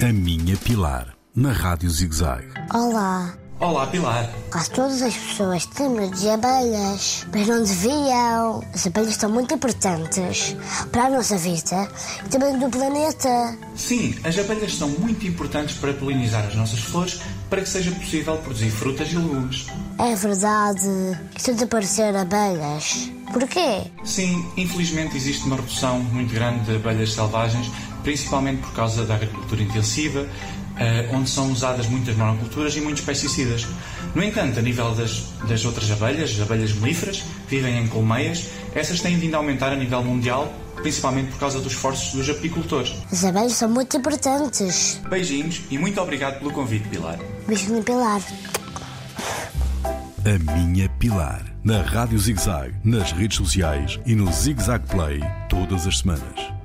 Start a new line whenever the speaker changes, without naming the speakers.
A Minha Pilar, na Rádio ZigZag.
Olá,
Olá, Pilar.
quase todas as pessoas têm medo de abelhas, mas não deviam. As abelhas são muito importantes para a nossa vida e também do planeta.
Sim, as abelhas são muito importantes para polinizar as nossas flores para que seja possível produzir frutas e legumes.
É verdade que estão a aparecer abelhas. Porquê?
Sim, infelizmente existe uma redução muito grande de abelhas selvagens, principalmente por causa da agricultura intensiva, eh, onde são usadas muitas monoculturas e muitos pesticidas. No entanto, a nível das, das outras abelhas, as abelhas melíferas, que vivem em colmeias, essas têm vindo a aumentar a nível mundial, principalmente por causa dos esforços dos apicultores.
As abelhas são muito importantes.
Beijinhos e muito obrigado pelo convite, Pilar.
Beijo-me, Pilar.
A Minha Pilar, na Rádio ZigZag, nas redes sociais e no ZigZag Play, todas as semanas.